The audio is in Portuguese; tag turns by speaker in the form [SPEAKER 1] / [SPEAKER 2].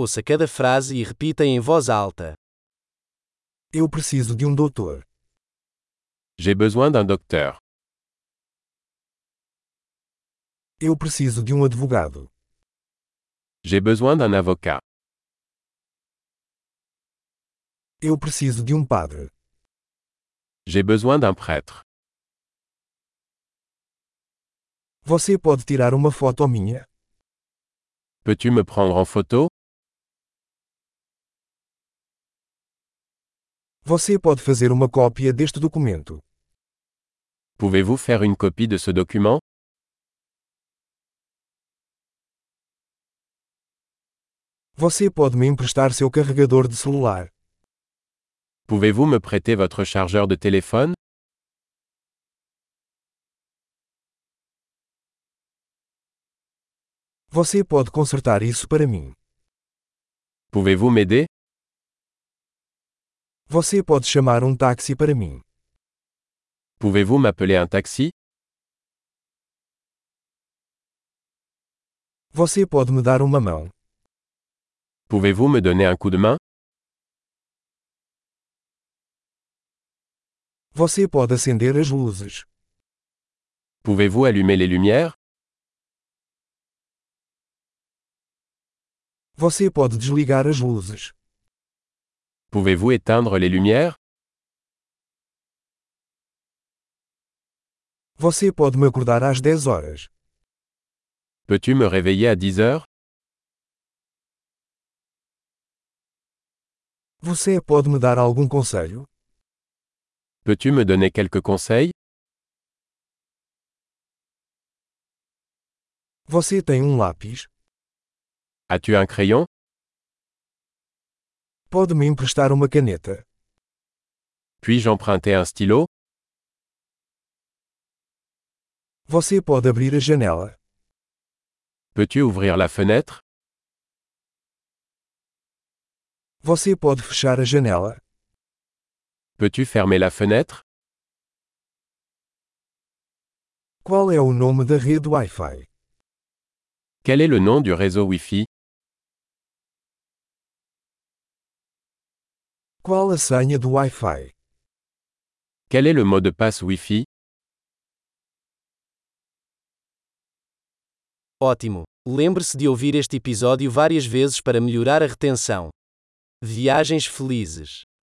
[SPEAKER 1] Ouça cada frase e repita em voz alta.
[SPEAKER 2] Eu preciso de um doutor.
[SPEAKER 3] J'ai besoin d'un docteur.
[SPEAKER 2] Eu preciso de um advogado.
[SPEAKER 3] J'ai besoin d'un avocat.
[SPEAKER 2] Eu preciso de um padre.
[SPEAKER 3] J'ai besoin d'un prêtre.
[SPEAKER 2] Você pode tirar uma foto minha?
[SPEAKER 3] Peux-tu me prendre en photo
[SPEAKER 2] Você pode fazer uma cópia deste documento.
[SPEAKER 3] Pouvez-vous faire une copie de ce document
[SPEAKER 2] Você pode me emprestar seu carregador de celular.
[SPEAKER 3] Pouvez-vous me prêter votre chargeur de téléphone
[SPEAKER 2] Você pode consertar isso para mim.
[SPEAKER 3] Pouvez-vous m'aider
[SPEAKER 2] Você pode chamar um táxi para mim.
[SPEAKER 3] Pouvez-vous m'appeler un taxi
[SPEAKER 2] Você pode me dar uma mão.
[SPEAKER 3] Pouvez-vous me donner un coup de main
[SPEAKER 2] Você pode acender as luzes.
[SPEAKER 3] Pouvez-vous allumer les lumières
[SPEAKER 2] Você pode desligar as luzes.
[SPEAKER 3] Pouvez-vous éteindre les lumières
[SPEAKER 2] Você pode me acordar às 10 horas.
[SPEAKER 3] Peux-tu me réveiller à 10 heures
[SPEAKER 2] Você pode me dar algum conselho?
[SPEAKER 3] Peux-tu me donner quelques conseils
[SPEAKER 2] Você tem um lápis?
[SPEAKER 3] As-tu un crayon
[SPEAKER 2] Pode me emprestar uma caneta?
[SPEAKER 3] Puis-je emprunter un stylo
[SPEAKER 2] Você pode abrir a janela?
[SPEAKER 3] Peux-tu ouvrir la fenêtre
[SPEAKER 2] Você pode fechar a janela?
[SPEAKER 3] Peux-tu fermer la fenêtre
[SPEAKER 2] Qual é o nome da rede Wi-Fi?
[SPEAKER 3] Quel est le nom du réseau Wi-Fi
[SPEAKER 2] Qual a senha do Wi-Fi?
[SPEAKER 3] Quel est le mot de passe Wi-Fi
[SPEAKER 1] Ótimo! Lembre-se de ouvir este episódio várias vezes para melhorar a retenção. Viagens felizes!